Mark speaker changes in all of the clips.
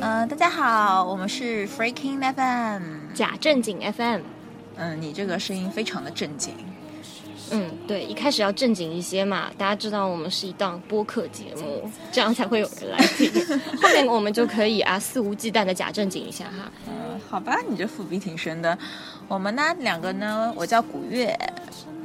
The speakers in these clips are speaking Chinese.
Speaker 1: 呃，大家好，我们是 Freaking FM。
Speaker 2: 假正经 FM。
Speaker 1: 嗯，你这个声音非常的正经。
Speaker 2: 嗯，对，一开始要正经一些嘛，大家知道我们是一档播客节目，这样才会有人来 听。后面我们就可以啊，肆无忌惮的假正经一下哈。
Speaker 1: 嗯，好吧，你这伏笔挺深的。我们呢，两个呢，我叫古月，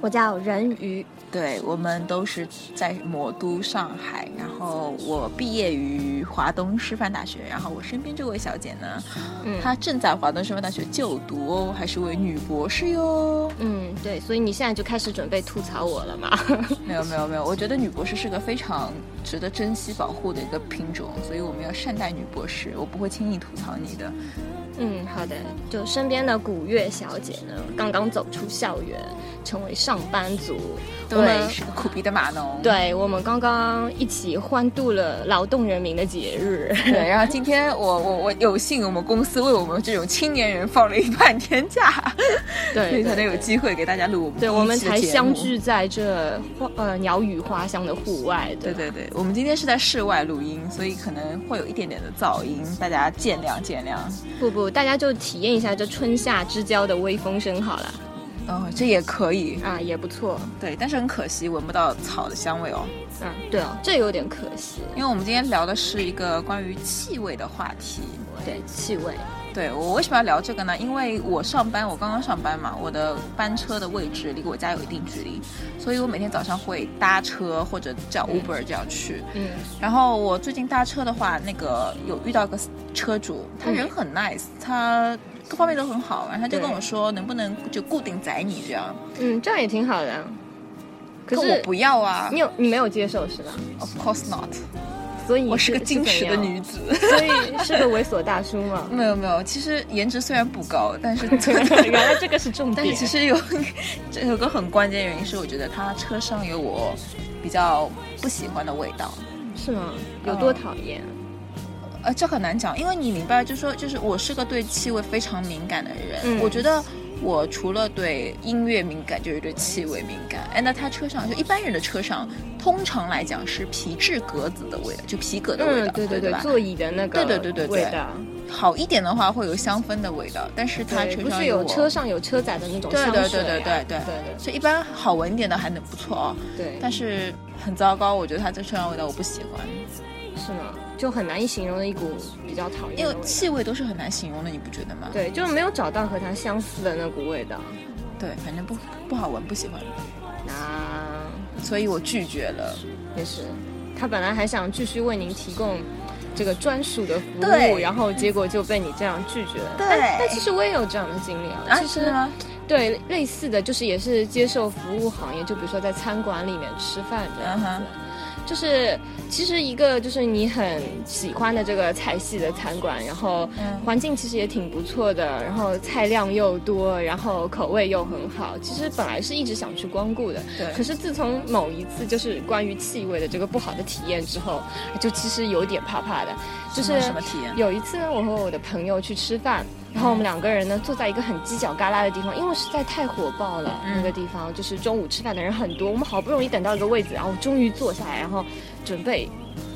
Speaker 2: 我叫人鱼，
Speaker 1: 对我们都是在魔都上海，然后我毕业于华东师范大学，然后我身边这位小姐呢，
Speaker 2: 嗯
Speaker 1: 她正在华东师范大学就读哦，还是位女博士哟。
Speaker 2: 嗯，对，所以你现在就开始准备吐槽我了 嘛？
Speaker 1: 没有没有没有，我觉得女博士是个非常值得珍惜保护的一个品种，所以我们要善待女博士，我不会轻易吐槽你的。
Speaker 2: 嗯，好的。就身边的古月小姐呢，刚刚走出校园，成为上班族。我
Speaker 1: 对，
Speaker 2: 们
Speaker 1: 是个苦逼的码农。
Speaker 2: 对，我们刚刚一起欢度了劳动人民的节 日。
Speaker 1: 对，然后今天我我我有幸我们公司为我们这种青年人放了一半天假，所以
Speaker 2: 对
Speaker 1: 才能有机会给大家录我们
Speaker 2: 对，我
Speaker 1: 第
Speaker 2: 们
Speaker 1: 一期的
Speaker 2: 才
Speaker 1: 节
Speaker 2: 相
Speaker 1: 目。
Speaker 2: 聚在这花呃鸟语花香的户外。
Speaker 1: 对
Speaker 2: 对吧
Speaker 1: 对对，我们今天是在室外录音，所以可能会有一点点的噪音，大家见谅见谅。
Speaker 2: 不不，大家就体验一下这春夏之交的微风声好了
Speaker 1: 哦，这也可以，
Speaker 2: 啊，也不错。
Speaker 1: 对，但是很可惜闻不到草的香味哦，
Speaker 2: 嗯，对哦，这有点可惜。
Speaker 1: 因为我们今天聊的是一个关于气味的话题。
Speaker 2: 对，气味。
Speaker 1: 对我为什么要聊这个呢？因为我上班，我刚刚上班嘛，我的班车的位置离我家有一定距离，所以我每天早上会搭车或者叫 Uber 这样去。
Speaker 2: 嗯
Speaker 1: 然后我最近搭车的话，那个有遇到个车主，他人
Speaker 2: 嗯
Speaker 1: 很 nice，、他各方面都很好，然后他就
Speaker 2: 对
Speaker 1: 跟我说能不能就固定载你这样，
Speaker 2: 嗯，这样也挺好的啊。可
Speaker 1: 可
Speaker 2: 是
Speaker 1: 我不要啊
Speaker 2: 你有你没有接受是吧？
Speaker 1: ，Of course not，
Speaker 2: 所以
Speaker 1: 我是个矜
Speaker 2: 怎
Speaker 1: 持的
Speaker 2: 样
Speaker 1: 女，子。。
Speaker 2: 所以是个猥琐大叔嘛
Speaker 1: 没有没有，其实颜值虽然不高，但是
Speaker 2: 原来这个是重点。
Speaker 1: 但是其实有这 有个很关键原因是，我觉得它车上有我比较不喜欢的味道。
Speaker 2: 是吗？有多讨厌？
Speaker 1: 呃，这很难讲，因为你明白，就是说，就是我是个对气味非常敏感的人。
Speaker 2: 嗯
Speaker 1: 我觉得我除了对音乐敏感，就是对气味敏感。哎，那他车上就一般人的车上，通常来讲是皮质格子的味道，就皮革的味道，
Speaker 2: 嗯对
Speaker 1: 对
Speaker 2: 对
Speaker 1: 吧，？
Speaker 2: 座椅的那个
Speaker 1: 对对对对对
Speaker 2: 味道，
Speaker 1: 好一点的话会有香氛的味道，但是他
Speaker 2: 对，
Speaker 1: 车
Speaker 2: 不
Speaker 1: 上
Speaker 2: 是有
Speaker 1: 我
Speaker 2: 车，上有车载的那种
Speaker 1: 对
Speaker 2: 香
Speaker 1: 对
Speaker 2: 水
Speaker 1: 对
Speaker 2: 啊
Speaker 1: 对对对
Speaker 2: 对
Speaker 1: 所以一般好闻一点的还能不错哦。
Speaker 2: 对
Speaker 1: 但是很糟糕，我觉得它这车上味道我不喜欢，
Speaker 2: 是吗？就很难以形容的一股比较讨厌
Speaker 1: 因为
Speaker 2: 的味道。
Speaker 1: 气味都是很难形容的，你不觉得吗？
Speaker 2: 对，就是没有找到和它相似的那股味道。
Speaker 1: 对，反正不不好闻，不喜欢，
Speaker 2: 那
Speaker 1: 所以我拒绝了。
Speaker 2: 也是，他本来还想继续为您提供这个专属的服务，
Speaker 1: 对
Speaker 2: 然后结果就被你这样拒绝了。
Speaker 1: 对
Speaker 2: 但但其实我也有这样的经历啊。其实
Speaker 1: 是吗？
Speaker 2: 对，类似的就是也是接受服务行业，就比如说在餐馆里面吃饭这样子。
Speaker 1: 嗯哼
Speaker 2: 就是其实一个就是你很喜欢的这个菜系的餐馆，然后
Speaker 1: 嗯
Speaker 2: 环境其实也挺不错的，然后菜量又多，然后口味又很好。其实本来是一直想去光顾的，
Speaker 1: 对
Speaker 2: 可是自从某一次就是关于气味的这个不好的体验之后，就其实有点怕怕的，就
Speaker 1: 什
Speaker 2: 是
Speaker 1: 么什么体验
Speaker 2: 有一次呢，我和我的朋友去吃饭，然后我们两个人呢坐在一个很犄角旮旯的地方，因为实在太火爆了，
Speaker 1: 嗯
Speaker 2: 那个地方就是中午吃饭的人很多，我们好不容易等到一个位置，然后终于坐下来，然后准备。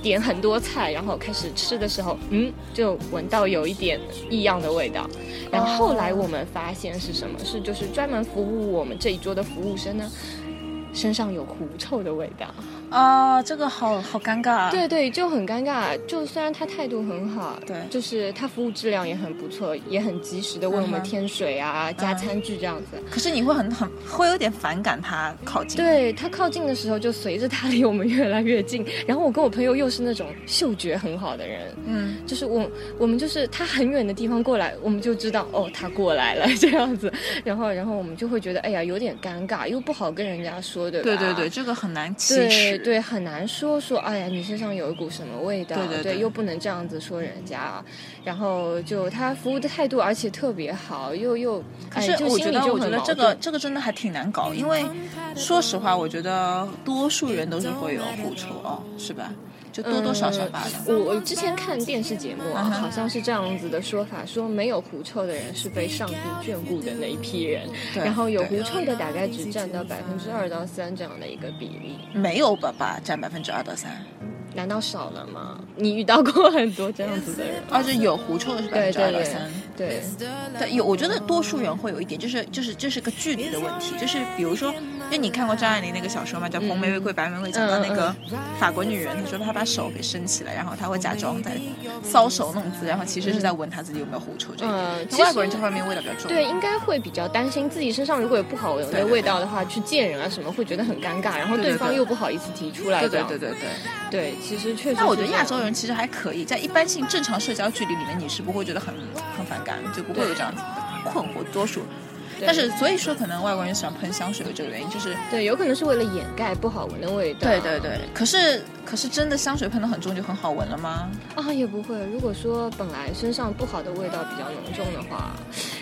Speaker 2: 点很多菜，然后开始吃的时候，嗯，就闻到有一点异样的味道。然后后来我们发现是什么？是就是专门服务我们这一桌的服务生呢，身上有狐臭的味道。
Speaker 1: 啊，这个好好尴尬啊。
Speaker 2: 对对，就很尴尬。就虽然他态度很好，
Speaker 1: 对
Speaker 2: 就是他服务质量也很不错，也很及时的为我
Speaker 1: 嗯
Speaker 2: 们
Speaker 1: 哼
Speaker 2: 添水啊、加
Speaker 1: 嗯
Speaker 2: 餐具这样子。
Speaker 1: 可是你会很很会有点反感它靠近。
Speaker 2: 对他靠近的时候，就随着他离我们越来越近。然后我跟我朋友又是那种嗅觉很好的人，
Speaker 1: 嗯，
Speaker 2: 就是我我们就是他很远的地方过来，我们就知道哦他过来了 这样子。然后然后我们就会觉得哎呀有点尴尬，又不好跟人家说，对吧？
Speaker 1: 对对对，这个很难启
Speaker 2: 对
Speaker 1: 齿。
Speaker 2: 对，很难说说，哎呀，你身上有一股什么味道？
Speaker 1: 对对对
Speaker 2: 又不能这样子说人家，啊然后就他服务的态度，而且特别好，又又，
Speaker 1: 可
Speaker 2: 哎、
Speaker 1: 是
Speaker 2: 就
Speaker 1: 我觉
Speaker 2: 心里
Speaker 1: 得，
Speaker 2: 就
Speaker 1: 我觉
Speaker 2: 很
Speaker 1: 得
Speaker 2: 矛
Speaker 1: 这个
Speaker 2: 盾
Speaker 1: 这个真的还挺难搞，因为说实话，我觉得多数人都是会有狐臭哦，是吧？就多多少少吧。
Speaker 2: 我嗯我之前看电视节目啊，
Speaker 1: 嗯哼
Speaker 2: 好像是这样子的说法，说没有狐臭的人是被上帝眷顾的那一批人，
Speaker 1: 对
Speaker 2: 然后有狐
Speaker 1: 对
Speaker 2: 臭的大概
Speaker 1: 嗯
Speaker 2: 只占到百分之二到三这样的一个比例。
Speaker 1: 没有吧吧，占百分之二到三。
Speaker 2: 难道少了吗？你遇到过很多这样子的人，
Speaker 1: 而且有狐哦臭的是百分
Speaker 2: 对
Speaker 1: 之
Speaker 2: 对
Speaker 1: 二到
Speaker 2: 对
Speaker 1: 三。
Speaker 2: 对，
Speaker 1: 对，有我觉得多数人会有一点，就是就是这是个距离的问题，就是比如说，就你看过张爱玲那个小说嘛，叫《红玫瑰白玫瑰》，讲到那个法国女人，她说她把手给伸起来，然后她会假装在搔首弄姿，然后其实是在闻她自己有没有狐臭这一
Speaker 2: 嗯
Speaker 1: 点。就
Speaker 2: 其实
Speaker 1: 外国人这方面味道比较重，
Speaker 2: 对，应该会比较担心自己身上如果有不好闻
Speaker 1: 对
Speaker 2: 的
Speaker 1: 对
Speaker 2: 味道的话，去见人啊什么，会觉得很尴尬，然后
Speaker 1: 对对
Speaker 2: 对方
Speaker 1: 对
Speaker 2: 又不好意思提出来
Speaker 1: 对
Speaker 2: 这
Speaker 1: 对
Speaker 2: 样。
Speaker 1: 对对对。
Speaker 2: 对其实确实。
Speaker 1: 但我觉得亚洲，人其实还可以，在一般性正常社交距离里面，你是不会觉得很很反感，就不会有这样子的困惑，多数。
Speaker 2: 对
Speaker 1: 但是所以说，可能外国人喜欢喷香水有这个原因，就是
Speaker 2: 对，有可能是为了掩盖不好闻的味道。
Speaker 1: 对啊对对，可是可是真的香水喷的很重就很好闻了吗？
Speaker 2: 啊，也不会。如果说本来身上不好的味道比较浓重的话，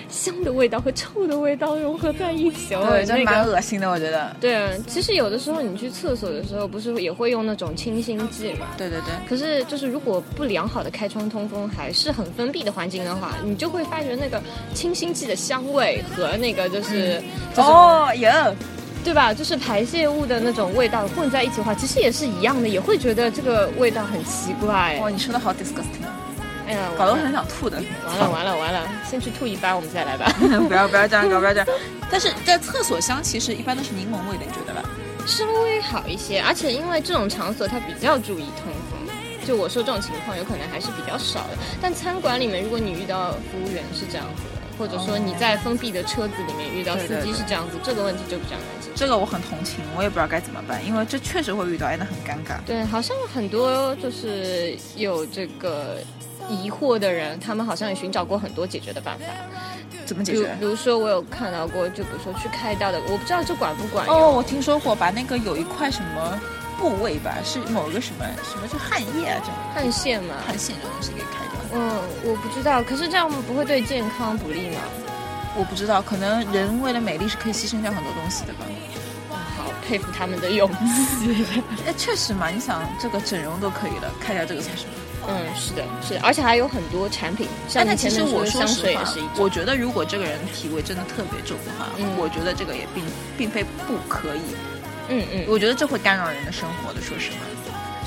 Speaker 2: 香的味道和臭的味道融合在一起，哦，
Speaker 1: 对，真
Speaker 2: 那
Speaker 1: 蛮
Speaker 2: 个。
Speaker 1: 恶心的，我觉得。
Speaker 2: 对，其实有的时候你去厕所的时候，不是也会用那种清新剂嘛？
Speaker 1: 对对对，
Speaker 2: 可是，就是如果不良好的开窗通风，还是很封闭的环境的话，你就会发觉那个清新剂的香味和那个就是，就是、
Speaker 1: 哦有，
Speaker 2: 对吧？就是排泄物的那种味道混在一起的话，其实也是一样的，也会觉得这个味道很奇怪。
Speaker 1: 哇，你说的好 disgusting，啊
Speaker 2: 哎呀，
Speaker 1: 哦搞得我
Speaker 2: 完了
Speaker 1: 很想吐的。
Speaker 2: 完了完了完了，先去吐一番，我们再来吧。
Speaker 1: 不要不要这样搞，不要这样。 但是在厕所香其实一般都是柠檬味的，你觉得吧？
Speaker 2: 稍微好一些，而且因为这种场所它比较注意通风，就我说这种情况有可能还是比较少的。但餐馆里面，如果你遇到服务员是这样子的，或者说你在封闭的车子里面遇到司
Speaker 1: 对
Speaker 2: 机
Speaker 1: 对对
Speaker 2: 是这样子，这个问题就比较难解决。
Speaker 1: 这个我很同情，我也不知道该怎么办，因为这确实会遇到，哎，那很尴尬。
Speaker 2: 对，好像很多就是有这个疑惑的人，他们好像也寻找过很多解决的办法。
Speaker 1: 怎么解
Speaker 2: 比如
Speaker 1: 决？
Speaker 2: 比如说我有看到过，就比如说去开刀的，我不知道这管不管用。
Speaker 1: 哦，我听说过，把那个有一块什么部位吧，是某一个什么什么，就汗液啊，这种
Speaker 2: 汗腺嘛，
Speaker 1: 汗腺这种东西给开掉。
Speaker 2: 嗯，我不知道。可是这样不会对健康不利吗？
Speaker 1: 我不知道，可能人为了美丽是可以牺牲掉很多东西的吧？
Speaker 2: 好佩服他们的勇气。
Speaker 1: 哎，确实嘛，你想这个整容都可以了，开掉这个才是。
Speaker 2: 嗯，是的，是的，而且还有很多产品，
Speaker 1: 但
Speaker 2: 像你
Speaker 1: 哎是其
Speaker 2: 前
Speaker 1: 实
Speaker 2: 面
Speaker 1: 我
Speaker 2: 的
Speaker 1: 说
Speaker 2: 香
Speaker 1: 实
Speaker 2: 水也
Speaker 1: 话
Speaker 2: 是一，种。
Speaker 1: 我觉得如果这个人体味真的特别重的话，
Speaker 2: 嗯
Speaker 1: 我觉得这个也并并非不可以。
Speaker 2: 嗯嗯，
Speaker 1: 我觉得这会干扰人的生活的，说实话，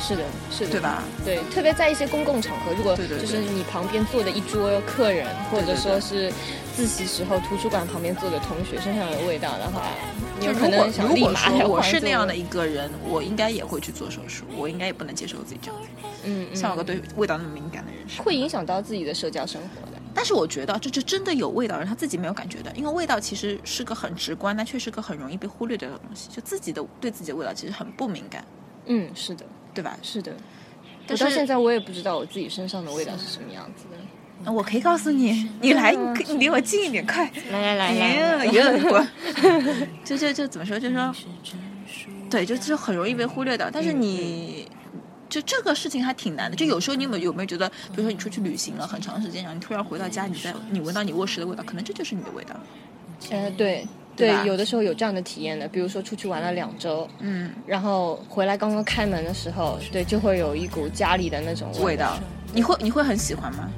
Speaker 2: 是的，是的，
Speaker 1: 对？吧？
Speaker 2: 对，特别在一些公共场合，如果
Speaker 1: 对对
Speaker 2: 就
Speaker 1: 对
Speaker 2: 是你旁边坐的一桌客人，或者
Speaker 1: 对对
Speaker 2: 说是自习时候图书馆旁边坐的同学身上有味道的话，你有
Speaker 1: 就
Speaker 2: 可
Speaker 1: 如果
Speaker 2: 能想
Speaker 1: 如
Speaker 2: 立
Speaker 1: 果
Speaker 2: 马要
Speaker 1: 说我
Speaker 2: 换
Speaker 1: 是
Speaker 2: 座
Speaker 1: 那样的
Speaker 2: 位，
Speaker 1: 一个人，我应该也会去做手术，我应该也不能接受我自己这样子，
Speaker 2: 嗯，嗯
Speaker 1: 像我个对味道那么敏感的人是。
Speaker 2: 会影响到自己的社交生活的。
Speaker 1: 但是我觉得，这就真的有味道，人他自己没有感觉的，因为味道其实是个很直观，但却是个很容易被忽略掉的东西。就自己的对自己的味道其实很不敏感，
Speaker 2: 嗯，是的，
Speaker 1: 对吧？
Speaker 2: 是的。我
Speaker 1: 但
Speaker 2: 到
Speaker 1: 是
Speaker 2: 现在我也不知道我自己身上的味道是什么样子的。
Speaker 1: 那我可以告诉你，你来，
Speaker 2: 真的
Speaker 1: 你可你离我近一点，快！
Speaker 2: 来来来
Speaker 1: 哎
Speaker 2: 来，
Speaker 1: 呦，有滚！就就就怎么说？就是说，对，就就很容易被忽略掉。但是你。就这个事情还挺难的，就有时候你有没有有没有觉得，比如说你出去旅行了很长时间，然后你突然回到家，你在你闻到你卧室的味道，可能这就是你的味道。
Speaker 2: 呃，对
Speaker 1: 嗯对吧
Speaker 2: 有的时候有这样的体验的，比如说出去玩了两周，
Speaker 1: 嗯，
Speaker 2: 然后回来刚刚开门的时候，对，就会有一股家里的那种
Speaker 1: 味
Speaker 2: 道
Speaker 1: 道，你会你会很喜欢吗？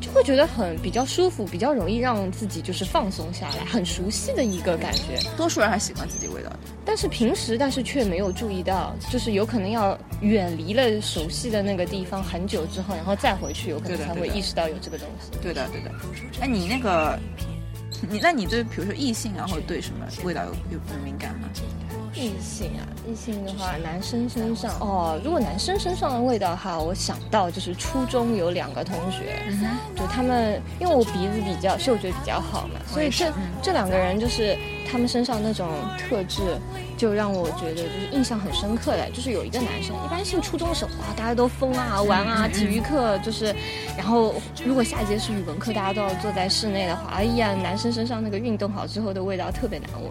Speaker 2: 就会觉得很比较舒服，比较容易让自己就是放松下来，很熟悉的一个感觉。
Speaker 1: 多数人还喜欢自己味道的。
Speaker 2: 但是平时，但是却没有注意到，就是有可能要远离了熟悉的那个地方很久之后，然后再回去，有可能
Speaker 1: 对的
Speaker 2: 才
Speaker 1: 对
Speaker 2: 会
Speaker 1: 的
Speaker 2: 意识到有这个东西。
Speaker 1: 对的，对的。哎，你那个，你那你对比如说异性啊，或者对什么味道有有有敏感吗？
Speaker 2: 异性啊，异性的话，男生身上哦，如果男生身上的味道哈，我想到就是初中有两个同学，就他们，因为我鼻子比较嗅觉比较好嘛，所以这、这两个人就是他们身上那种特质，就让我觉得就是印象很深刻的，就是有一个男生，一般性初中的时候啊，大家都疯啊玩啊，体育课就是，然后如果下一节是语文课，大家都要坐在室内的话，哎呀，男生身上那个运动好之后的味道特别难闻。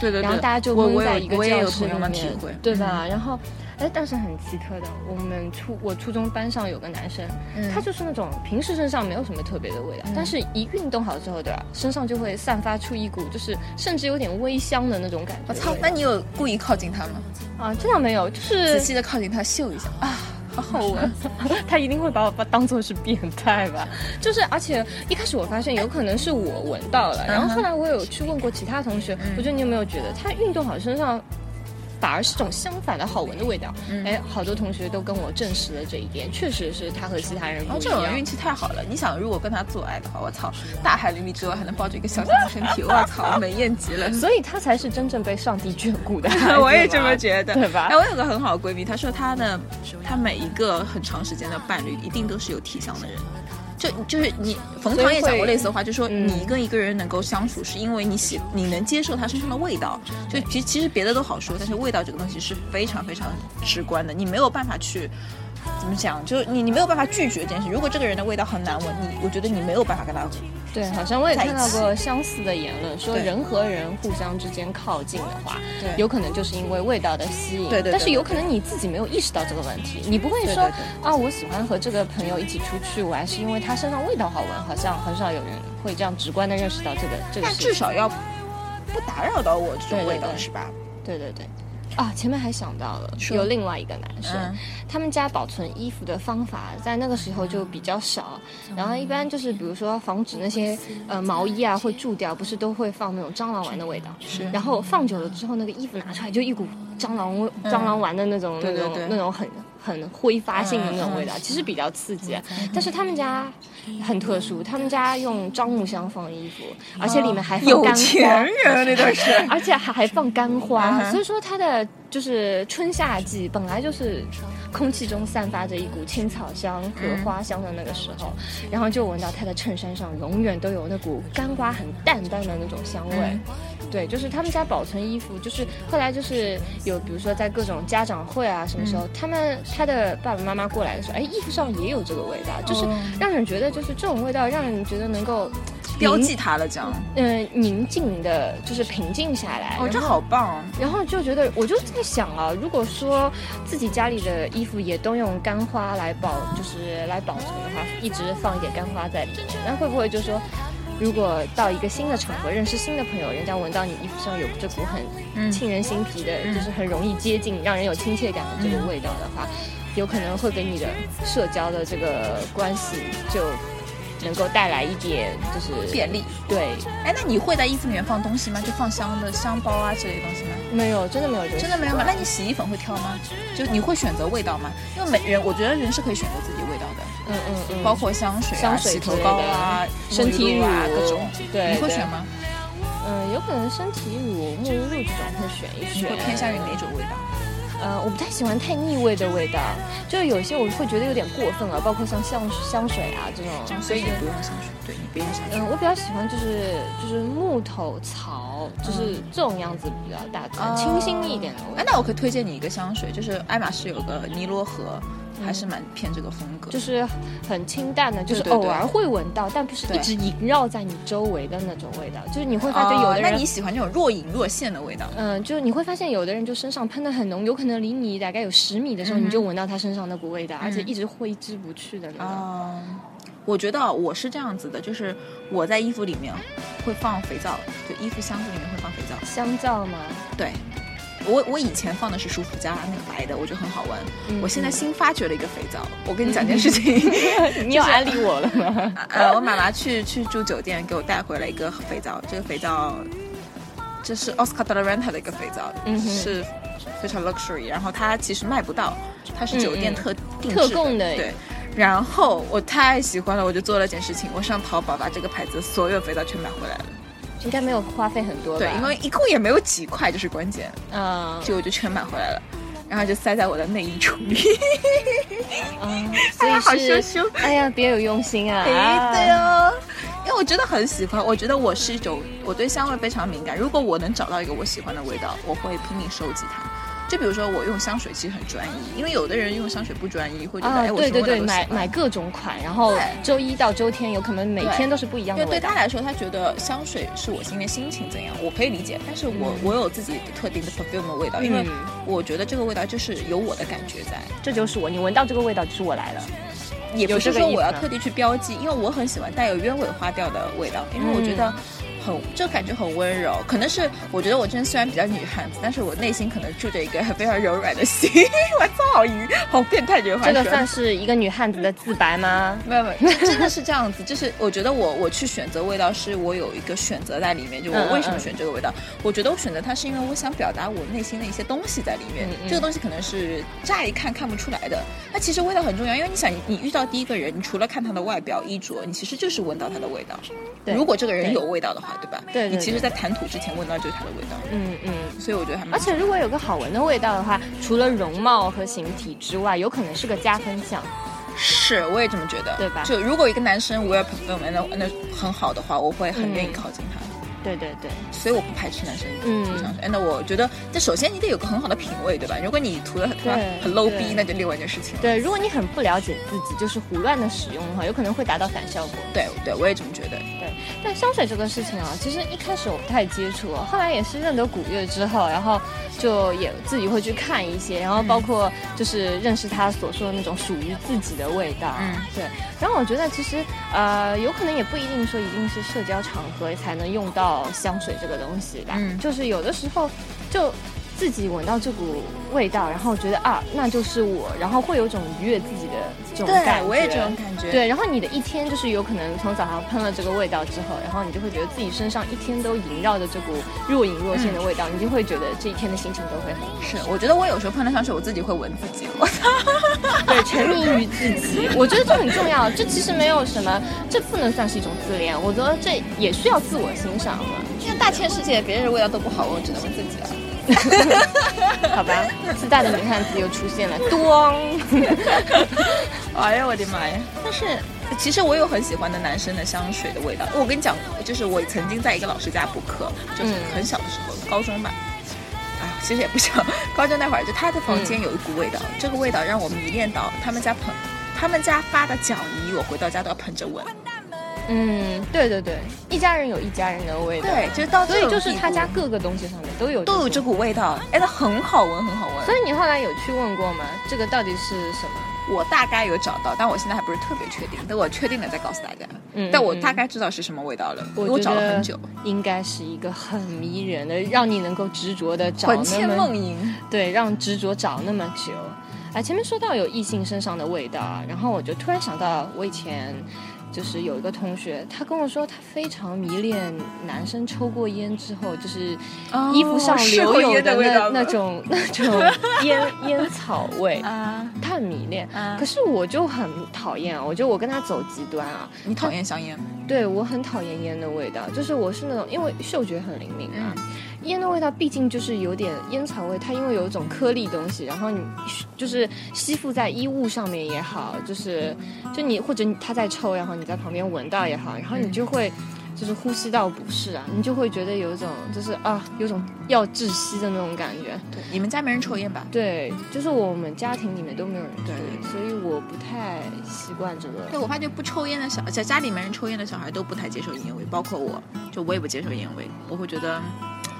Speaker 1: 对对对。
Speaker 2: 然后大家就
Speaker 1: 我我
Speaker 2: 闷
Speaker 1: 有
Speaker 2: 在一个
Speaker 1: 我也
Speaker 2: 教
Speaker 1: 有
Speaker 2: 室
Speaker 1: 同
Speaker 2: 里
Speaker 1: 样的
Speaker 2: 面，
Speaker 1: 体会，嗯
Speaker 2: 对吧？然后，哎，但是很奇特的，我们初我初中班上有个男生，
Speaker 1: 嗯？
Speaker 2: 他就是那种平时身上没有什么特别的味道，但是一运动好之后，对吧，身上就会散发出一股就是甚至有点微香的那种感觉。
Speaker 1: 我操！那你有故意靠近他吗？
Speaker 2: 啊，这样没有，就
Speaker 1: 仔
Speaker 2: 是
Speaker 1: 细的靠近他嗅一下啊，好好闻。
Speaker 2: 他一定会把我当做是变态吧？就是，而且一开始我发现有可能是我闻
Speaker 1: 嗯
Speaker 2: 到了，然后后来我有去问过其他同学，我觉得你有没有觉得他运动好身上反而是种相反的好闻的味道。
Speaker 1: 嗯
Speaker 2: 哎，好多同学都跟我证实了这一点，确实是他和其他
Speaker 1: 然
Speaker 2: 人不
Speaker 1: 后
Speaker 2: 一
Speaker 1: 哦这种
Speaker 2: 样
Speaker 1: 人。运气太好了，你想如果跟他做爱的话，我操，大海里米之外还能抱着一个小小的身体，我操，美艳极了。。
Speaker 2: 所以他才是真正被上帝眷顾的
Speaker 1: 我也这么觉得，
Speaker 2: 对吧
Speaker 1: 哎，我有个很好的闺蜜，她说她的她每一个很长时间的伴侣一定都是有体香的人。就就是你，冯唐也讲过类似的话，就说
Speaker 2: 嗯
Speaker 1: 你跟一个人能够相处，是因为你喜你能接受他身上的味道。就其其实别的都好说，但是味道这个东西是非常非常直观的，你没有办法去怎么讲，就是你你没有办法拒绝这件事。如果这个人的味道很难闻，你我觉得你没有办法跟他
Speaker 2: 对，好像我也
Speaker 1: 在一
Speaker 2: 看到
Speaker 1: 起
Speaker 2: 过相似的言论，说
Speaker 1: 对
Speaker 2: 人和人互相之间靠近的话
Speaker 1: 对，
Speaker 2: 有可能就是因为味道的吸引。
Speaker 1: 对对对
Speaker 2: 但是有可能你自己没有意识到这个问题，你不会
Speaker 1: 对对
Speaker 2: 说
Speaker 1: 对
Speaker 2: 啊，我喜欢和这个朋友一起出去玩，是因为他身上味道好闻。好像很少有人会这样直观的认识到这个这个
Speaker 1: 但
Speaker 2: 事情。
Speaker 1: 至少要不打扰到我这
Speaker 2: 对
Speaker 1: 种
Speaker 2: 对
Speaker 1: 味道
Speaker 2: 对
Speaker 1: 是吧？
Speaker 2: 对对对。啊，前面还想到了
Speaker 1: 说
Speaker 2: 有另外一个男生，
Speaker 1: 嗯
Speaker 2: 他们家保存衣服的方法在那个时候就比较少，
Speaker 1: 嗯
Speaker 2: 然后一般就是比如说防止那些呃毛衣啊会蛀掉，不是都会放那种蟑螂丸的味道，
Speaker 1: 是
Speaker 2: 然后放久了之后那个衣服拿出来就一股蟑螂味、蟑螂丸的那种
Speaker 1: 嗯对对
Speaker 2: 那
Speaker 1: 对
Speaker 2: 种那种很很挥发性的那种味道，
Speaker 1: 嗯嗯嗯
Speaker 2: 其实比较刺激，啊但是他们家很特殊，他们家用樟木箱放衣服，而且里面还放
Speaker 1: 有
Speaker 2: 干花
Speaker 1: 钱人啊那段是。
Speaker 2: 而且还还放干
Speaker 1: 嗯
Speaker 2: 花，
Speaker 1: 哼
Speaker 2: 所以说它的就是春夏季本来就是空气中散发着一股青草香和
Speaker 1: 嗯
Speaker 2: 花香的那个时候，然后就闻到他的衬衫上永远都有那股干花很淡淡的那种香味。
Speaker 1: 嗯
Speaker 2: 对，就是他们家保存衣服，就是后来就是有，比如说在各种家长会啊，什么
Speaker 1: 嗯
Speaker 2: 时候、他们他的爸爸妈妈过来的时候，哎，衣服上也有这个味道，就是
Speaker 1: 哦
Speaker 2: 让人觉得就是这种味道让人觉得能够
Speaker 1: 标
Speaker 2: 凝
Speaker 1: 记他了，这样。
Speaker 2: 嗯，宁静的，就是平静下来。
Speaker 1: 哦，这
Speaker 2: 然后
Speaker 1: 好棒哦！
Speaker 2: 然后就觉得，我就在想啊，如果说自己家里的衣服也都用干花来保，就是来保存的话，一直放一点干花在里面，那会不会就说，如果到一个新的场合认识新的朋友，人家闻到你衣服上有这股
Speaker 1: 嗯
Speaker 2: 很沁人心脾的，
Speaker 1: 嗯
Speaker 2: 就是很容易接近、让人有亲切感的这个味道的话，有可能会给你的社交的这个关系就能够带来一点就是
Speaker 1: 便利。
Speaker 2: 对，
Speaker 1: 哎，那你会在衣服里面放东西吗？就放香的香包啊之类的东西吗？
Speaker 2: 没有，真的没有这个习
Speaker 1: 真
Speaker 2: 惯，
Speaker 1: 的没有吗？那你洗衣粉会挑吗？就你会选择味道吗？因为每人，我觉得人是可以选择自己味道的，
Speaker 2: 嗯嗯嗯，
Speaker 1: 包括香水、啊、
Speaker 2: 香水
Speaker 1: 洗
Speaker 2: 之
Speaker 1: 头
Speaker 2: 类的
Speaker 1: 膏啊、
Speaker 2: 身体
Speaker 1: 沐浴
Speaker 2: 乳
Speaker 1: 露啊各种。
Speaker 2: 对，
Speaker 1: 你会
Speaker 2: 对
Speaker 1: 选？吗？
Speaker 2: 嗯，有可能身体乳、沐浴露这种会选一
Speaker 1: 你
Speaker 2: 选。
Speaker 1: 会偏向于哪种味道？
Speaker 2: 呃，我不太喜欢太腻味的味道，就是有些我会觉得有点过分了，包括像香香水啊这种。
Speaker 1: 所以你
Speaker 2: 就是
Speaker 1: 不用香水，对你不用香水。
Speaker 2: 嗯，我比较喜欢就是就是木头草，就是这种样子比较大自然、
Speaker 1: 哦
Speaker 2: 呃清新一点的味
Speaker 1: 哎，
Speaker 2: 道，
Speaker 1: 那我可以推荐你一个香水，就是爱马仕有个尼罗河，还是蛮偏这个风格。
Speaker 2: 嗯就是很清淡的，就是
Speaker 1: 对对
Speaker 2: 偶
Speaker 1: 对
Speaker 2: 尔会闻到，但不是
Speaker 1: 对
Speaker 2: 一直萦绕在你周围的那种味道，就是你会发觉有
Speaker 1: 哦
Speaker 2: 的
Speaker 1: 那
Speaker 2: 人。
Speaker 1: 你喜欢那种若隐若现的味道？
Speaker 2: 嗯，就你会发现有的人就身上喷的很浓，有可能离你大概有十米的时候，
Speaker 1: 嗯
Speaker 2: 你就闻到他身上那股味道，而且一直挥之不去的那种。
Speaker 1: 哦，我觉得我是这样子的，就是我在衣服里面会放肥皂，就衣服箱子里面会放肥皂。
Speaker 2: 香皂吗？
Speaker 1: 对，我我以前放的是舒肤佳那个白的，我觉得很好闻。
Speaker 2: 嗯
Speaker 1: 我现在新发掘了一个肥皂，我跟你讲件事情，
Speaker 2: 你有安利我了吗？
Speaker 1: 呃，我妈妈去去住酒店，给我带回来一个肥皂，这个肥皂这是 Oscar de la Renta 的一个肥皂，
Speaker 2: 嗯哼
Speaker 1: 是非常 luxury，然后它其实卖不到，它是酒店
Speaker 2: 嗯嗯
Speaker 1: 特、定制
Speaker 2: 特供的
Speaker 1: 对。然后我太喜欢了，我就做了件事情，我上淘宝把这个牌子所有肥皂全买回来了。
Speaker 2: 应该没有花费很多吧？
Speaker 1: 对，因为一共也没有几块，就是关键，
Speaker 2: 嗯
Speaker 1: 就我就全买回来了，然后就塞在我的内衣橱里。
Speaker 2: 嗯，
Speaker 1: 哎呀
Speaker 2: 所以是
Speaker 1: 好羞羞
Speaker 2: 哎呀，别有用心啊！
Speaker 1: 哎，对哦，因为我真的很喜欢，我觉得我是一种我对香味非常敏感。如果我能找到一个我喜欢的味道，我会拼命收集它。就比如说，我用香水其实很专一，因为有的人用香水不专一，会觉得、
Speaker 2: 啊，
Speaker 1: 哎，我
Speaker 2: 对
Speaker 1: 什么
Speaker 2: 对
Speaker 1: 味道都
Speaker 2: 对，
Speaker 1: 喜欢
Speaker 2: 买买各种款，然后
Speaker 1: 对
Speaker 2: 周一到周天有可能每天都是不一样
Speaker 1: 因为
Speaker 2: 的
Speaker 1: 对
Speaker 2: 味道
Speaker 1: 他。来说，他觉得香水是我今天心情怎样，我可以理解。但是我、我有自己的特定的 perfume 的味道，因为
Speaker 2: 嗯
Speaker 1: 我觉得这个味道就是有我的感觉在。
Speaker 2: 这就是我，你闻到这个味道就是我来了。
Speaker 1: 也不
Speaker 2: 有
Speaker 1: 是
Speaker 2: 这个
Speaker 1: 说
Speaker 2: 意思
Speaker 1: 我
Speaker 2: 啊
Speaker 1: 要
Speaker 2: 吗嗯
Speaker 1: 特地去标记，因为我很喜欢带有鸢尾花调的味道，因为我觉得很就感觉很温柔。可能是我觉得我真的虽然比较女汉子，但是我内心可能住着一个非常柔软的心。 我操，好愚，好变态这个话
Speaker 2: 这个
Speaker 1: 说
Speaker 2: 算是一个女汉子的自白吗？
Speaker 1: 没有没有，真的是这样子。就是我觉得我我去选择味道，是我有一个选择在里面。就
Speaker 2: 嗯
Speaker 1: 我为什么选这个味道？我觉得我选择它是因为我想表达我内心的一些东西在里面。
Speaker 2: 嗯嗯
Speaker 1: 这个东西可能是乍一看看不出来的，那其实味道很重要，因为你想，你遇到第一个人，你除了看他的外表衣着，你其实就是闻到他的味道。
Speaker 2: 对
Speaker 1: 如果这个人
Speaker 2: 对
Speaker 1: 有味道的话，对吧？
Speaker 2: 对对
Speaker 1: 你其实，
Speaker 2: 对
Speaker 1: 在谈吐之前闻到就是他的味道，
Speaker 2: 嗯嗯。
Speaker 1: 所以我觉得还蛮
Speaker 2: 而。且如果有个好闻的味道的话，除了容貌和形体之外，有可能是个加分项。
Speaker 1: 是，我也这么觉得，
Speaker 2: 对吧
Speaker 1: 就如果一个男生 well perform 那那很好的话，我会很愿意
Speaker 2: 嗯
Speaker 1: 靠近他。
Speaker 2: 对对对，
Speaker 1: 所以我不排斥男生
Speaker 2: 嗯
Speaker 1: 涂上去。哎那我觉得，这首先你得有个很好的品味，对吧？如果你涂的很他妈
Speaker 2: 对
Speaker 1: 很 low
Speaker 2: 对
Speaker 1: 逼，那就另外一件事情了。
Speaker 2: 对，如果你很不了解自己，就是胡乱的使用的话，有可能会达到反效果。
Speaker 1: 对对，我也这么觉得。
Speaker 2: 但香水这个事情啊，其实一开始我不太接触，后来也是认得古月之后，然后就也自己会去看一些，然后
Speaker 1: 嗯
Speaker 2: 包括就是认识他所说的那种属于自己的味道。
Speaker 1: 嗯，
Speaker 2: 对。然后我觉得其实呃，有可能也不一定说一定是社交场合才能用到香水这个东西吧，
Speaker 1: 嗯
Speaker 2: 就是有的时候就。自己闻到这股味道，然后觉得啊，那就是我，然后会有一种愉悦自己的这种感觉。
Speaker 1: 我也这种感觉。，
Speaker 2: 对，然后你的一天就是有可能从早上喷了这个味道之后，然后你就会觉得自己身上一天都萦绕着这股若隐若现的
Speaker 1: 嗯
Speaker 2: 味道，你就会觉得这一天的心情都 会很
Speaker 1: 是，我觉得我有时候喷了香水，我自己会闻自己。我 操，
Speaker 2: 对，沉迷于自己。我觉得这很重要，这其实没有什么，这不能算是一种自恋，我觉得这也需要自我欣赏了，
Speaker 1: 因为大千世界别人的味道都不好闻，我只能闻自己了。
Speaker 2: 好吧？自大的女汉子又出现了，咣！
Speaker 1: 哎呀，我的妈呀！但是其实我有很喜欢的男生的香水的味道。我跟你讲，就是我曾经在一个老师家补课，就是
Speaker 2: 嗯
Speaker 1: 很小的时候，高中吧。啊，其实也不小，高中那会儿就他的房间有一股味道，这个味道让我迷恋到他们家捧，他们家发的脚泥，我回到家都要捧着闻。
Speaker 2: 嗯，对对对，一家人有一家人的味道，
Speaker 1: 对，就是到
Speaker 2: 所
Speaker 1: 这
Speaker 2: 以
Speaker 1: 种
Speaker 2: 就是
Speaker 1: 地
Speaker 2: 他
Speaker 1: 步
Speaker 2: 家各个东西上面都有
Speaker 1: 都有这
Speaker 2: 股。
Speaker 1: 股味道，哎，那很好闻，很好闻。
Speaker 2: 所以你后来有去问过吗？这个到底是什么？
Speaker 1: 我大概有找到，但我现在还不是特别确定，等我确定了再告诉大家。
Speaker 2: 嗯
Speaker 1: 但我大概知道是什么味道了，因为我
Speaker 2: 觉
Speaker 1: 找了
Speaker 2: 得
Speaker 1: 很久，
Speaker 2: 应该是一个很迷人的，让你能够执着的找
Speaker 1: 魂
Speaker 2: 那
Speaker 1: 牵
Speaker 2: 么
Speaker 1: 梦萦。
Speaker 2: 对，让执着找那么久。啊，前面说到有异性身上的味道啊，然后我就突然想到，我以前就是有一个同学，他跟我说他非常迷恋男生抽过烟之后，就是
Speaker 1: 哦
Speaker 2: 衣服上留有
Speaker 1: 是会烟的味
Speaker 2: 那
Speaker 1: 道吗
Speaker 2: 那种那种烟烟草味，
Speaker 1: 啊
Speaker 2: 他很迷恋。
Speaker 1: 啊
Speaker 2: 可！是我就很讨厌啊，我觉得我跟他走极端啊，
Speaker 1: 你讨厌香烟吗？
Speaker 2: 对我很讨厌烟的味道，就是我是那种因为嗅觉很灵敏啊，烟的味道毕竟就是有点烟草味，它因为有一种颗粒东西，然后你就是吸附在衣物上面也好，就是就你或者你他在抽，然后你在旁边闻到也好，然后你
Speaker 1: 嗯
Speaker 2: 就会。就是呼吸道不适啊，你就会觉得有一种就是啊，有种要窒息的那种感觉。
Speaker 1: 对，你们家没人抽烟吧？
Speaker 2: 对，就是我们家庭里面都没有人抽
Speaker 1: 对
Speaker 2: 烟，所以我不太习惯这个。
Speaker 1: 对，我发觉不抽烟的小，在家里没人抽烟的小孩都不太接受烟味，包括我，就我也不接受烟味，我会觉得嗯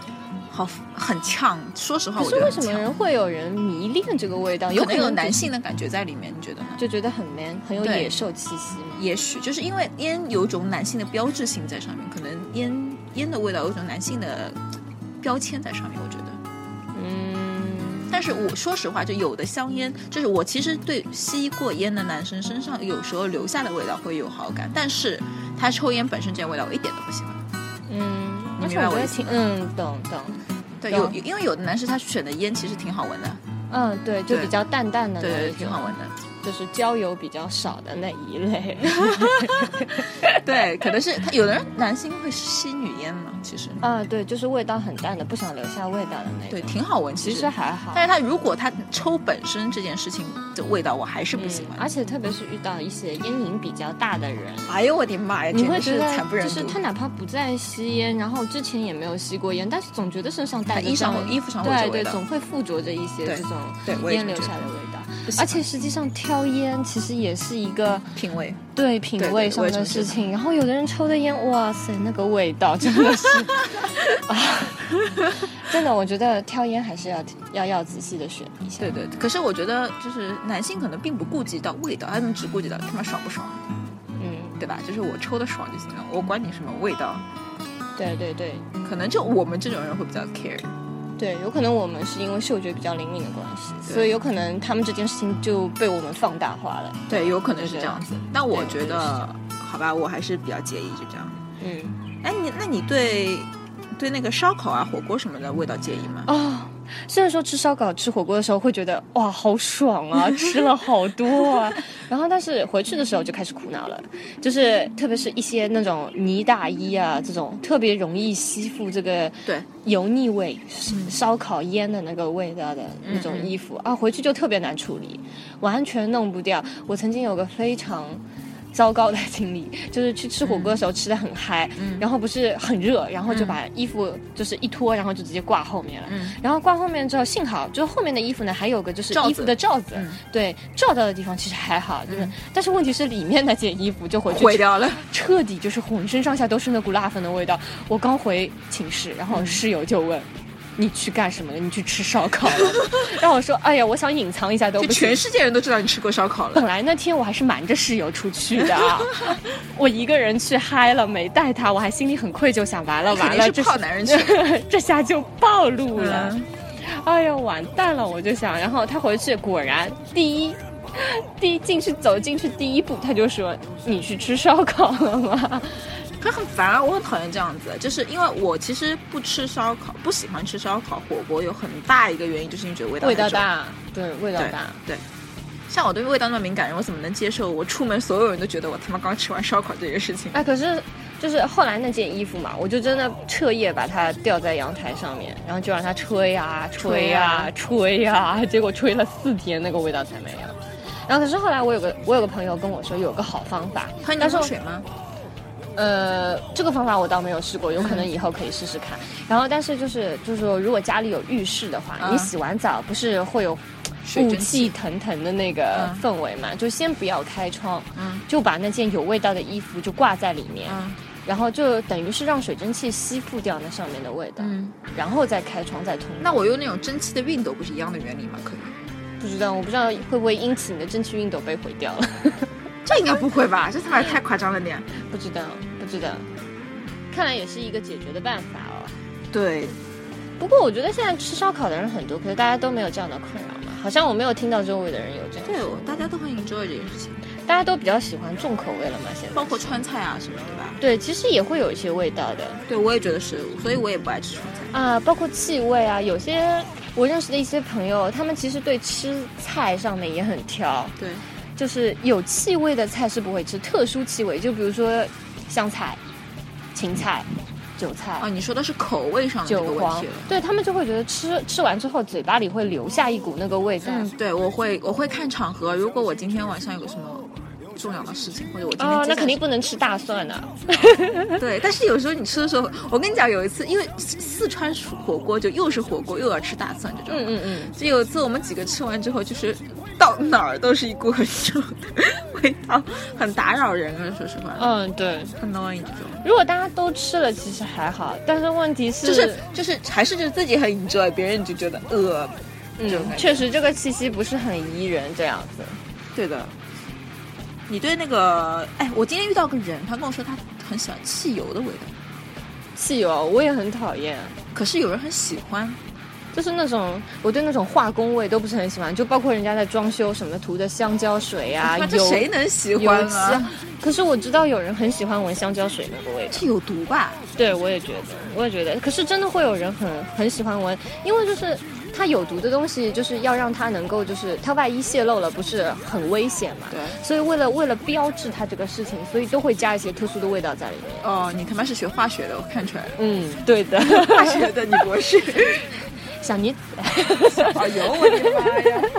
Speaker 1: 好很呛。说实话，
Speaker 2: 可
Speaker 1: 我
Speaker 2: 是
Speaker 1: 觉得
Speaker 2: 为
Speaker 1: 很
Speaker 2: 什么人
Speaker 1: 呛，
Speaker 2: 会有人迷恋这个味道？
Speaker 1: 可
Speaker 2: 可
Speaker 1: 能
Speaker 2: 能
Speaker 1: 有
Speaker 2: 只
Speaker 1: 男
Speaker 2: 是
Speaker 1: 性的感觉在里面，你觉得呢？
Speaker 2: 就觉得很 man，很有
Speaker 1: 对
Speaker 2: 野兽气息嘛。
Speaker 1: 也许就是因为烟有一种男性的标志性在上面，可能烟烟的味道有一种男性的嗯标签在上面，我觉得。
Speaker 2: 嗯，
Speaker 1: 但是我说实话，就有的香烟，就是我其实对吸过烟的男生身上有时候留下的味道会有好感，但是他抽烟本身这个味道我一点都不喜欢。
Speaker 2: 嗯，
Speaker 1: 你
Speaker 2: 而
Speaker 1: 明
Speaker 2: 且
Speaker 1: 白
Speaker 2: 我
Speaker 1: 我
Speaker 2: 觉
Speaker 1: 意
Speaker 2: 得
Speaker 1: 思
Speaker 2: 挺，嗯，懂懂，
Speaker 1: 对，
Speaker 2: 懂
Speaker 1: 有有因为有的男生他选的烟其实挺好闻的，
Speaker 2: 嗯，对，就
Speaker 1: 对
Speaker 2: 比较淡淡的
Speaker 1: 对
Speaker 2: 那
Speaker 1: 对，
Speaker 2: 一
Speaker 1: 挺
Speaker 2: 种，
Speaker 1: 好闻的。
Speaker 2: 就是焦油比较少的那 一类。
Speaker 1: 对，可能是他有的人男性会吸女烟嘛，其实
Speaker 2: 啊，对，就是味道很淡的，不想留下味道的那种。
Speaker 1: 对，挺好闻。
Speaker 2: 其
Speaker 1: 其
Speaker 2: 实
Speaker 1: 实，
Speaker 2: 还好
Speaker 1: 但。是他如果他抽本身这件事情的味道，我还是不喜
Speaker 2: 嗯
Speaker 1: 欢。
Speaker 2: 而且特别是遇到一些烟瘾比较大的人，
Speaker 1: 哎呦我的妈呀，
Speaker 2: 你
Speaker 1: 真
Speaker 2: 会
Speaker 1: 的
Speaker 2: 觉
Speaker 1: 是
Speaker 2: 得
Speaker 1: 惨不忍
Speaker 2: 就是
Speaker 1: 睹。
Speaker 2: 他哪怕不再吸烟，然后之前也没有吸过烟，但是总觉得身上带着
Speaker 1: 衣
Speaker 2: 这
Speaker 1: 裳
Speaker 2: 样
Speaker 1: 会衣服上会有这
Speaker 2: 对
Speaker 1: 味
Speaker 2: 对，
Speaker 1: 道，
Speaker 2: 总会附着着一些
Speaker 1: 对
Speaker 2: 这种
Speaker 1: 对我也
Speaker 2: 烟
Speaker 1: 这么
Speaker 2: 留
Speaker 1: 觉
Speaker 2: 下
Speaker 1: 得
Speaker 2: 的味道。
Speaker 1: 不喜
Speaker 2: 而
Speaker 1: 欢
Speaker 2: 且实际上挑烟其实也是一个
Speaker 1: 品味。
Speaker 2: 对品
Speaker 1: 对对
Speaker 2: 味上
Speaker 1: 我也这
Speaker 2: 的
Speaker 1: 么觉
Speaker 2: 事
Speaker 1: 得
Speaker 2: 情。然后有的人抽的烟，哇塞，那个味道真 的是啊，真的，我觉得挑烟还是要要要仔细的选一下。
Speaker 1: 对对，可是我觉得就是男性可能并不顾及到味道，他们只顾及到他妈爽不爽，
Speaker 2: 嗯，
Speaker 1: 对吧？就是我抽的爽就行了，我管你什么味道。
Speaker 2: 对对对
Speaker 1: 可能就我们这种人会比较 care。
Speaker 2: 对，有可能我们是因为嗅觉比较灵敏的关系，
Speaker 1: 对
Speaker 2: 所以有可能他们这件事情就被我们放大化了。
Speaker 1: 对，有可能是
Speaker 2: 对
Speaker 1: 这样子。但我
Speaker 2: 对
Speaker 1: 觉得，好吧，我还是比较介意，就这样。
Speaker 2: 嗯。
Speaker 1: 哎，你那你对对那个烧烤啊、火锅什么的味道介意吗？
Speaker 2: 啊、虽然说吃烧烤、吃火锅的时候会觉得哇好爽啊，吃了好多啊，然后但是回去的时候就开始苦恼了，就是特别是一些那种泥大衣啊这种特别容易吸附这个
Speaker 1: 对，
Speaker 2: 油腻味、
Speaker 1: 嗯
Speaker 2: 烧烤烟的那个味道的那种衣服啊，回去就特别难处理，完全弄不掉。我曾经有个非常。糟糕的经历 就是去吃火锅的时候吃的很嗨、
Speaker 1: 嗯
Speaker 2: 然后不是很热，然后就把衣服就是一脱，然后就直接挂后面了。
Speaker 1: 嗯
Speaker 2: 然后挂后面之后，幸好就是后面的衣服呢，还有个就是
Speaker 1: 罩子
Speaker 2: 衣服的罩子，
Speaker 1: 嗯
Speaker 2: 对罩到的地方其实还好，就是、
Speaker 1: 嗯
Speaker 2: 但是问题是里面那件衣服就回去
Speaker 1: 毁 掉了。
Speaker 2: 彻底就是浑身上下都是那股辣粉的味道。我刚回寝室，然后室友就问。你去干什么了？你去吃烧烤了？ 让我说，哎呀，我想隐藏一下都
Speaker 1: 就
Speaker 2: 不行
Speaker 1: 全。世界人都知道你吃过烧烤了
Speaker 2: 本。来那天我还是瞒着室友出去的，我一个人去嗨了，没带他，我还心里很愧疚，想完了
Speaker 1: 你肯定
Speaker 2: 完了，
Speaker 1: 是
Speaker 2: 这
Speaker 1: 泡男人去的。
Speaker 2: 这下就暴露了。
Speaker 1: 嗯
Speaker 2: 哎呀，完蛋了！我就想，然后他回去果然第一， 第一进去走进去第一步，他就说：“你去吃烧烤了吗
Speaker 1: 可很烦啊！我很讨厌这样子，就是因为我其实不吃烧烤，不喜欢吃烧烤、火锅，有很大一个原因就是因为觉得味？”道
Speaker 2: 味道
Speaker 1: 太重。
Speaker 2: 大，对，味道
Speaker 1: 对
Speaker 2: 大。
Speaker 1: 对，像我对味道那么敏感，人，我怎么能接受我出门所有人都觉得我他妈刚吃完烧烤这件事情？
Speaker 2: 哎，可是就是后来那件衣服嘛，我就真的彻夜把它吊在阳台上面，然后就让它吹呀、吹呀、吹呀、 结果吹了四天，那个味道才没有。然后可是后来我有个我有个朋友跟我说有个好方法，
Speaker 1: 喝
Speaker 2: 但
Speaker 1: 柠
Speaker 2: 是
Speaker 1: 檬
Speaker 2: 我
Speaker 1: 水吗？
Speaker 2: 呃，这个方法我倒没有试过，有可能以后可以试试看。然后，但是就是就是说，如果家里有浴室的话，
Speaker 1: 啊
Speaker 2: 你洗完澡不是会有
Speaker 1: 水
Speaker 2: 雾
Speaker 1: 蒸
Speaker 2: 气腾腾的那个
Speaker 1: 嗯
Speaker 2: 氛围嘛？就先不要开窗，
Speaker 1: 嗯
Speaker 2: 就把那件有味道的衣服就挂在里面，
Speaker 1: 嗯
Speaker 2: 然后就等于是让水蒸气吸附掉那上面的味道，
Speaker 1: 嗯。
Speaker 2: 然后再开窗再通。
Speaker 1: 那我用那种蒸汽的熨斗不是一样的原理吗？可以吗？
Speaker 2: 不知道，我不知道会不会因此你的蒸汽熨斗被毁掉了。
Speaker 1: 这应该不会吧？这他妈太夸张了点。
Speaker 2: 不知道，不知道。看来也是一个解决的办法哦。
Speaker 1: 对，
Speaker 2: 不过我觉得现在吃烧烤的人很多，可是大家都没有这样的困扰嘛。好像我没有听到周围的人有这样，
Speaker 1: 对，我大家都很 enjoy 这件事情，
Speaker 2: 大家都比较喜欢重口味了嘛。现在
Speaker 1: 包括川菜啊什么，对吧？
Speaker 2: 对，其实也会有一些味道的
Speaker 1: 对，我也觉得是，所以我也不爱吃川菜。
Speaker 2: 啊，包括气味啊。有些我认识的一些朋友，他们其实对吃菜上面也很挑，
Speaker 1: 对，
Speaker 2: 就是有气味的菜是不会吃，特殊气味，就比如说香菜、芹菜、韭菜。
Speaker 1: 哦，你说的是口味上的这
Speaker 2: 韭
Speaker 1: 个问
Speaker 2: 黄
Speaker 1: 题了。，
Speaker 2: 对他们就会觉得吃吃完之后嘴巴里会留下一股那个味道，
Speaker 1: 嗯，对，我会我会看场合，如果我今天晚上有个什么重要的事情，或者我今天
Speaker 2: 哦，
Speaker 1: 接下
Speaker 2: 那肯定不能吃大蒜啊。
Speaker 1: 对，但是有时候你吃的时候，我跟你讲，有一次，因为四四川火锅就又是火锅又要吃大蒜这种，
Speaker 2: 嗯嗯嗯，
Speaker 1: 就有一次我们几个吃完之后，就是到哪儿都是一股很重的 味道，很打扰人啊，说实话，
Speaker 2: 嗯，对。
Speaker 1: 很 annoying 这种。
Speaker 2: 如果大家都吃了，其实还好，但是问题是，
Speaker 1: 就是就是还是就是自己很 enjoy，别人就觉得呃，这种
Speaker 2: 嗯，
Speaker 1: 感觉
Speaker 2: 确实这个气息不是很宜人，这样子。
Speaker 1: 对的。你对那个，哎，我今天遇到个人，他跟我说他很喜欢汽油的味道，
Speaker 2: 汽油哦我也很讨厌，
Speaker 1: 可是有人很喜欢。
Speaker 2: 就是那种我对那种化工味都不是很喜欢，就包括人家在装修什么涂的香蕉水啊、
Speaker 1: 那这
Speaker 2: 油
Speaker 1: 谁能喜
Speaker 2: 油
Speaker 1: 欢
Speaker 2: 漆
Speaker 1: 啊？
Speaker 2: 啊。可是我知道有人很喜欢闻香蕉水那个味道，
Speaker 1: 这有毒吧？
Speaker 2: 对我也觉得，我也觉得。可是真的会有人很很喜欢闻，因为就是它有毒的东西，就是要让它能够，就是它万一泄露了，不是很危险嘛？
Speaker 1: 对
Speaker 2: 所以为了为了标志它这个事情，所以都会加一些特殊的味道在里面。。
Speaker 1: 哦，你他妈是学化学的，我看出来了
Speaker 2: 嗯，对的。
Speaker 1: 化学的，你博 士。
Speaker 2: 小妮子，
Speaker 1: 哎呦，我的妈呀！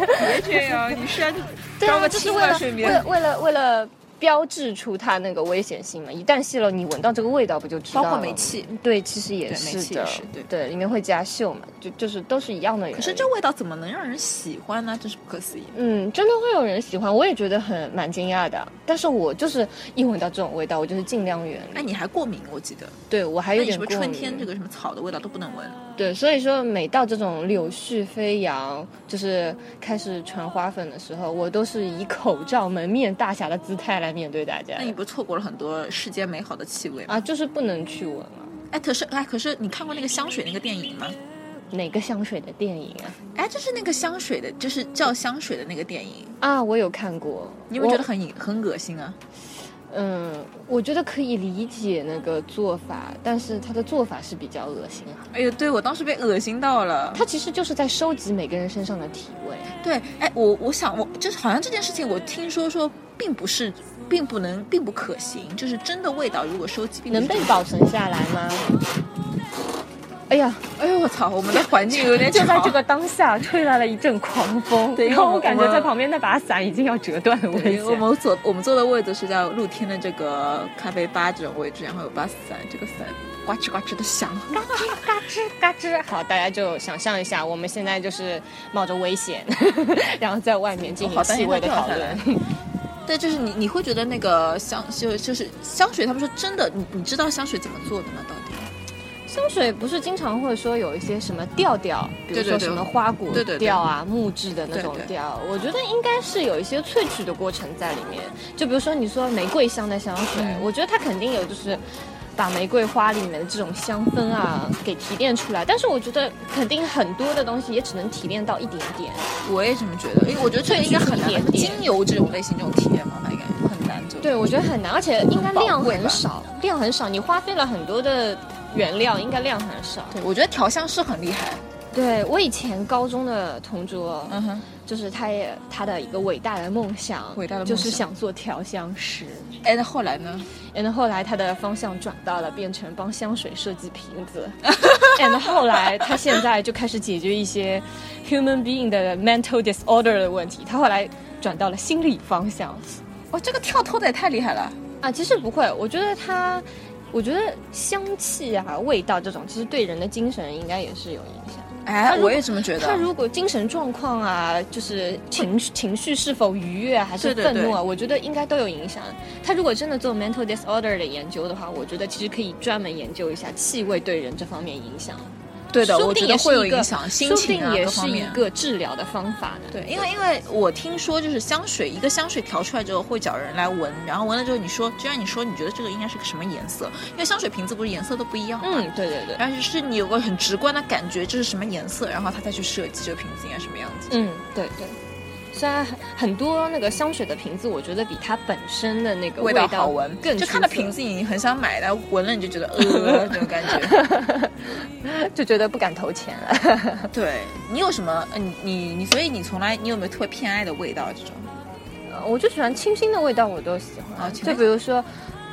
Speaker 1: 别这样，你是要
Speaker 2: 对
Speaker 1: 装
Speaker 2: 啊，
Speaker 1: 个
Speaker 2: 就是
Speaker 1: 清
Speaker 2: 为
Speaker 1: 淡
Speaker 2: 了
Speaker 1: 睡
Speaker 2: 为了
Speaker 1: 眠。
Speaker 2: 为了为了标志出它那个危险性嘛。一旦泄露，你闻到这个味道不就知道
Speaker 1: 包
Speaker 2: 了？
Speaker 1: 括煤。气，
Speaker 2: 对，其实也
Speaker 1: 对煤
Speaker 2: 是
Speaker 1: 气也
Speaker 2: 的
Speaker 1: 是，对
Speaker 2: 对，里面会加溴嘛，就就是都是一样的原因。
Speaker 1: 可是这味道怎么能让人喜欢呢？真是不可思议。
Speaker 2: 嗯，真的会有人喜欢，我也觉得很蛮惊讶的。但是我就是一闻到这种味道，我就是尽量远离。
Speaker 1: 哎，你还过敏，我记得。哎
Speaker 2: 对我还
Speaker 1: 还
Speaker 2: 哎有
Speaker 1: 什
Speaker 2: 点
Speaker 1: 么
Speaker 2: 过敏。
Speaker 1: 春天这个什么草的味道都不能闻。
Speaker 2: 对，所以说每到这种柳絮飞扬，就是开始传花粉的时候，我都是以口罩门面大侠的姿态来面对大家啊
Speaker 1: 那你不是错过了很多世间美好的气味吗？
Speaker 2: 啊，就是不能去闻嘛。
Speaker 1: 哎，可是哎，可是你看过那个香水那个电影吗？
Speaker 2: 哪个香水的电影啊？
Speaker 1: 哎，就是那个香水的，就是叫香水的那个电影，
Speaker 2: 啊，我有看过，
Speaker 1: 你有没有觉
Speaker 2: 我
Speaker 1: 得很隐很恶心啊？
Speaker 2: 嗯，我觉得可以理解那个做法，但是他的做法是比较恶心啊。
Speaker 1: 哎呦，对我当时被恶心到了。
Speaker 2: 他其实就是在收集每个人身上的体味。
Speaker 1: 对，哎，我我想我就是好像这件事情，我听说说并不是，并不能，并不可行，就是真的味道如果收集，并不
Speaker 2: 能
Speaker 1: 是
Speaker 2: 被保存下来吗？哎呀，
Speaker 1: 哎呦我操，我们的环境有点
Speaker 2: 哎 就在
Speaker 1: 吵
Speaker 2: 这 个当下，吹来了一阵狂风，
Speaker 1: 对
Speaker 2: 然后
Speaker 1: 我
Speaker 2: 我感觉
Speaker 1: 我们
Speaker 2: 在旁边那把伞已经要折断了，我
Speaker 1: 对我们坐我们坐的位置是在露天的这个咖啡吧这种位置，然后有把伞，这个伞呱吱呱吱的响。
Speaker 2: 嘎吱嘎吱。好，大家就想象一下，我们现在就是冒着危险，然后在外面进
Speaker 1: 我哦
Speaker 2: 行
Speaker 1: 好担
Speaker 2: 细
Speaker 1: 心
Speaker 2: 微的
Speaker 1: 它掉
Speaker 2: 讨
Speaker 1: 下
Speaker 2: 论
Speaker 1: 来。对，就是你你会觉得那个香就就是香水，他们说真的，你你知道香水怎么做的吗？到底？
Speaker 2: 香水不是经常会说有一些什么调调，比如
Speaker 1: 对对
Speaker 2: 说
Speaker 1: 对
Speaker 2: 什么花果
Speaker 1: 对对对
Speaker 2: 调啊、木质的那种
Speaker 1: 对对
Speaker 2: 调，我觉得应该是有一些萃取的过程在里面。就比如说你说玫瑰香的香水，
Speaker 1: 嗯
Speaker 2: 我觉得它肯定有就是。把玫瑰花里面的这种香氛啊给提炼出来，但是我觉得肯定很多的东西也只能提炼到一点点。
Speaker 1: 我也这么觉得，因为我觉得这个应该很难
Speaker 2: 萃取一点，点
Speaker 1: 精油这种类型这种体验方法应该很难做。，
Speaker 2: 对，我觉得很难，而且应该量
Speaker 1: 很宝贵吧
Speaker 2: 很少，量很少，你花费了很多的原料，应该量很少。
Speaker 1: 对我觉得调香师很厉害。
Speaker 2: 对我以前高中的同桌，
Speaker 1: 嗯哼，
Speaker 2: 就是他也他的一个伟大的梦想，
Speaker 1: 伟大的梦想
Speaker 2: 就是想做调香师。
Speaker 1: 哎，那后来呢？
Speaker 2: and 后来他的方向转到了变成帮香水设计瓶 子。and 后来他现在就开始解决一些 human being 的 mental disorder 的问题。他后来转到了心理方向。
Speaker 1: 哦，这个跳脱的也太厉害了。
Speaker 2: 啊，其实不会，我觉得它，我觉得香气啊、味道这种，其实对人的精神应该也是有影响。
Speaker 1: 哎，
Speaker 2: 如果
Speaker 1: 我也这么觉得
Speaker 2: 他。如果精神状况啊，就是情绪情绪是否愉悦啊还是
Speaker 1: 对对
Speaker 2: 愤怒
Speaker 1: 对
Speaker 2: 啊，我觉得应该都有影响。他如果真的做 mental disorder 的研究的话，我觉得其实可以专门研究一下气味对人这方面影响。
Speaker 1: 对的，
Speaker 2: 说
Speaker 1: 我
Speaker 2: 不定
Speaker 1: 觉得
Speaker 2: 也是
Speaker 1: 会有
Speaker 2: 一个
Speaker 1: 影响，心情
Speaker 2: 说
Speaker 1: 啊
Speaker 2: 不定也
Speaker 1: 各
Speaker 2: 是
Speaker 1: 方
Speaker 2: 一
Speaker 1: 面。
Speaker 2: 个治疗的方法呢。
Speaker 1: 对，因为因为我听说就是香水，一个香水调出来之后会找人来闻，然后闻了之后你说，就像你说，你觉得这个应该是个什么颜色？因为香水瓶子不是颜色都不一样吗？
Speaker 2: 嗯，对对对，
Speaker 1: 然后就是你有个很直观的感觉，这是什么颜色，然后他再去设计这个瓶子应该什么样子。
Speaker 2: 嗯，对对。虽然很很多那个香水的瓶子，我觉得比它本身的那个
Speaker 1: 味
Speaker 2: 道
Speaker 1: 道好闻，
Speaker 2: 更
Speaker 1: 就
Speaker 2: 出
Speaker 1: 看到
Speaker 2: 色
Speaker 1: 瓶子已经很想买了，闻了你就觉得 呃这种感觉。
Speaker 2: 就觉得不敢投钱
Speaker 1: 啊
Speaker 2: 了。
Speaker 1: 对你有什么？呃你你你，所以你从来你有没有特别偏爱的味道这种？
Speaker 2: 呃我就喜欢清新的味道，我都喜欢。
Speaker 1: 哦清
Speaker 2: 就比如说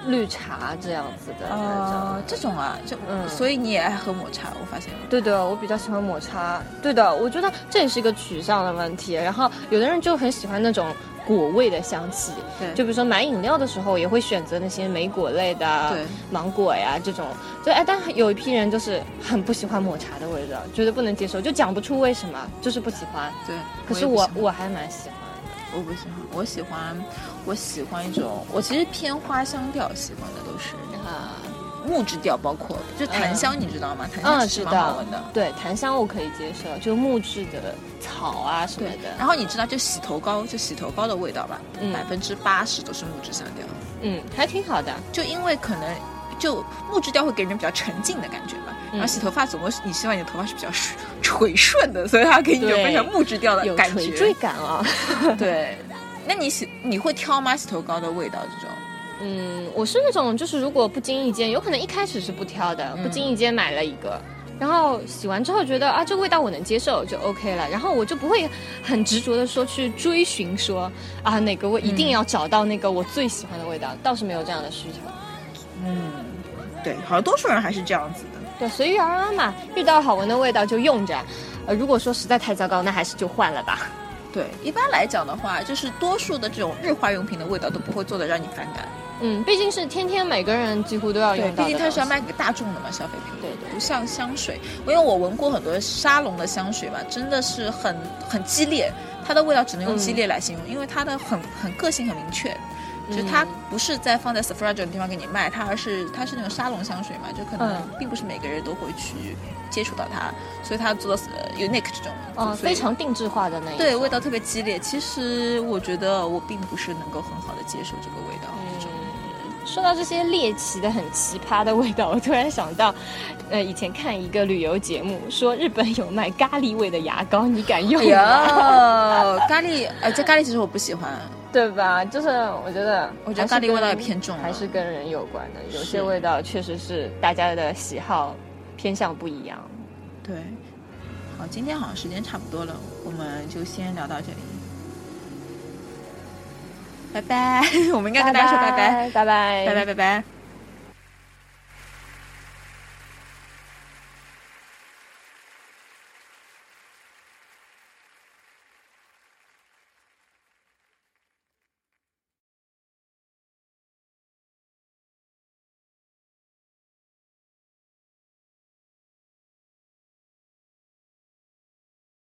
Speaker 2: 绿茶这样子的那
Speaker 1: 呃
Speaker 2: 种。，
Speaker 1: 这种啊，就、
Speaker 2: 嗯
Speaker 1: 所以你也爱喝抹茶，我发现了。
Speaker 2: 对的，我比较喜欢抹茶。对的，我觉得这也是一个取向的问题。然后有的人就很喜欢那种果味的香气，
Speaker 1: 对
Speaker 2: 就比如说买饮料的时候也会选择那些莓果类的啊
Speaker 1: 对、
Speaker 2: 芒果呀这种。就哎，但有一批人就是很不喜欢抹茶的味道，觉得不能接受，就讲不出为什么，就是不喜欢。
Speaker 1: 对，
Speaker 2: 可是
Speaker 1: 也不
Speaker 2: 我
Speaker 1: 喜欢
Speaker 2: 我还蛮喜欢
Speaker 1: 我不喜欢，我喜欢我喜欢一种，我其实偏花香调喜欢的都是
Speaker 2: 的啊。
Speaker 1: 木质调，包括就檀香，嗯你知道吗？檀香
Speaker 2: 嗯，
Speaker 1: 其
Speaker 2: 知
Speaker 1: 实蛮好
Speaker 2: 道
Speaker 1: 闻的。，
Speaker 2: 对，檀香我可以接受，就木质的草啊什么
Speaker 1: 对
Speaker 2: 的，
Speaker 1: 然后你知道，就洗头膏，就洗头膏的味道吧，
Speaker 2: 嗯
Speaker 1: 百分之八十都是木质香调，
Speaker 2: 嗯，还挺好的。
Speaker 1: 就因为可能就木质调会给人比较沉静的感觉嘛。
Speaker 2: 嗯
Speaker 1: 然后洗头发总会，你希望你的头发是比较顺垂顺的，所以它给你有
Speaker 2: 对
Speaker 1: 非常木质调的
Speaker 2: 有
Speaker 1: 感
Speaker 2: 垂坠
Speaker 1: 觉。
Speaker 2: 感啊、
Speaker 1: 对，那你洗你会挑吗？洗头膏的味道这种？
Speaker 2: 嗯，我是那种就是如果不经意间，有可能一开始是不挑的，不经意间买了一个，然后洗完之后觉得啊这个味道我能接受就 OK 了，然后我就不会很执着的说去追寻说啊哪个味一定要找到那个我最喜欢的味道，倒是没有这样的需求。
Speaker 1: 嗯，对，好像多数人还是这样子的。
Speaker 2: 对，随遇而安嘛，遇到好闻的味道就用着，呃，如果说实在太糟糕，那还是就换了吧。
Speaker 1: 对，一般来讲的话，就是多数的这种日化用品的味道都不会做的让你反感。
Speaker 2: 嗯，毕竟是天天每个人几乎都要用
Speaker 1: 对，
Speaker 2: 到
Speaker 1: 毕竟
Speaker 2: 的
Speaker 1: 它是要
Speaker 2: 东西
Speaker 1: 卖给大众的嘛，消费品。
Speaker 2: 对对
Speaker 1: 不像香水，因为我闻过很多沙龙的香水嘛，真的是很很激烈，它的味道只
Speaker 2: 嗯
Speaker 1: 能用激烈来形容，因为它的很很个性很明确。
Speaker 2: 嗯
Speaker 1: 就是它不是在放在 Sephora 这种地方给你卖，它而是它是那种沙龙香水嘛，就可能
Speaker 2: 嗯
Speaker 1: 并不是每个人都会去接触到它，所以它做的 unique 这种，
Speaker 2: 哦，
Speaker 1: 所以
Speaker 2: 非常定制化的那一
Speaker 1: 对，
Speaker 2: 种
Speaker 1: 味道特别激烈。其实我觉得我并不是能够很好的接受这个味道，这种
Speaker 2: 嗯说到这些猎奇的、很奇葩的味道， 我突然想到，呃，以前看一个旅游节目，说日本有卖咖喱味的牙膏，你敢用
Speaker 1: 哎呦
Speaker 2: 吗？，
Speaker 1: 咖喱，呃，这咖喱其实我不喜欢，
Speaker 2: 对吧？就是我觉得，
Speaker 1: 我觉得咖喱味道也偏重了
Speaker 2: 还是跟人有关的。有些
Speaker 1: 是
Speaker 2: 味道确实是大家的喜好偏向不一样。
Speaker 1: 对，好，今天好像时间差不多了，我们就先聊到这里，拜拜。我们应该跟大家说拜拜，
Speaker 2: 拜拜，拜
Speaker 1: 拜
Speaker 2: 拜
Speaker 1: 拜，拜拜。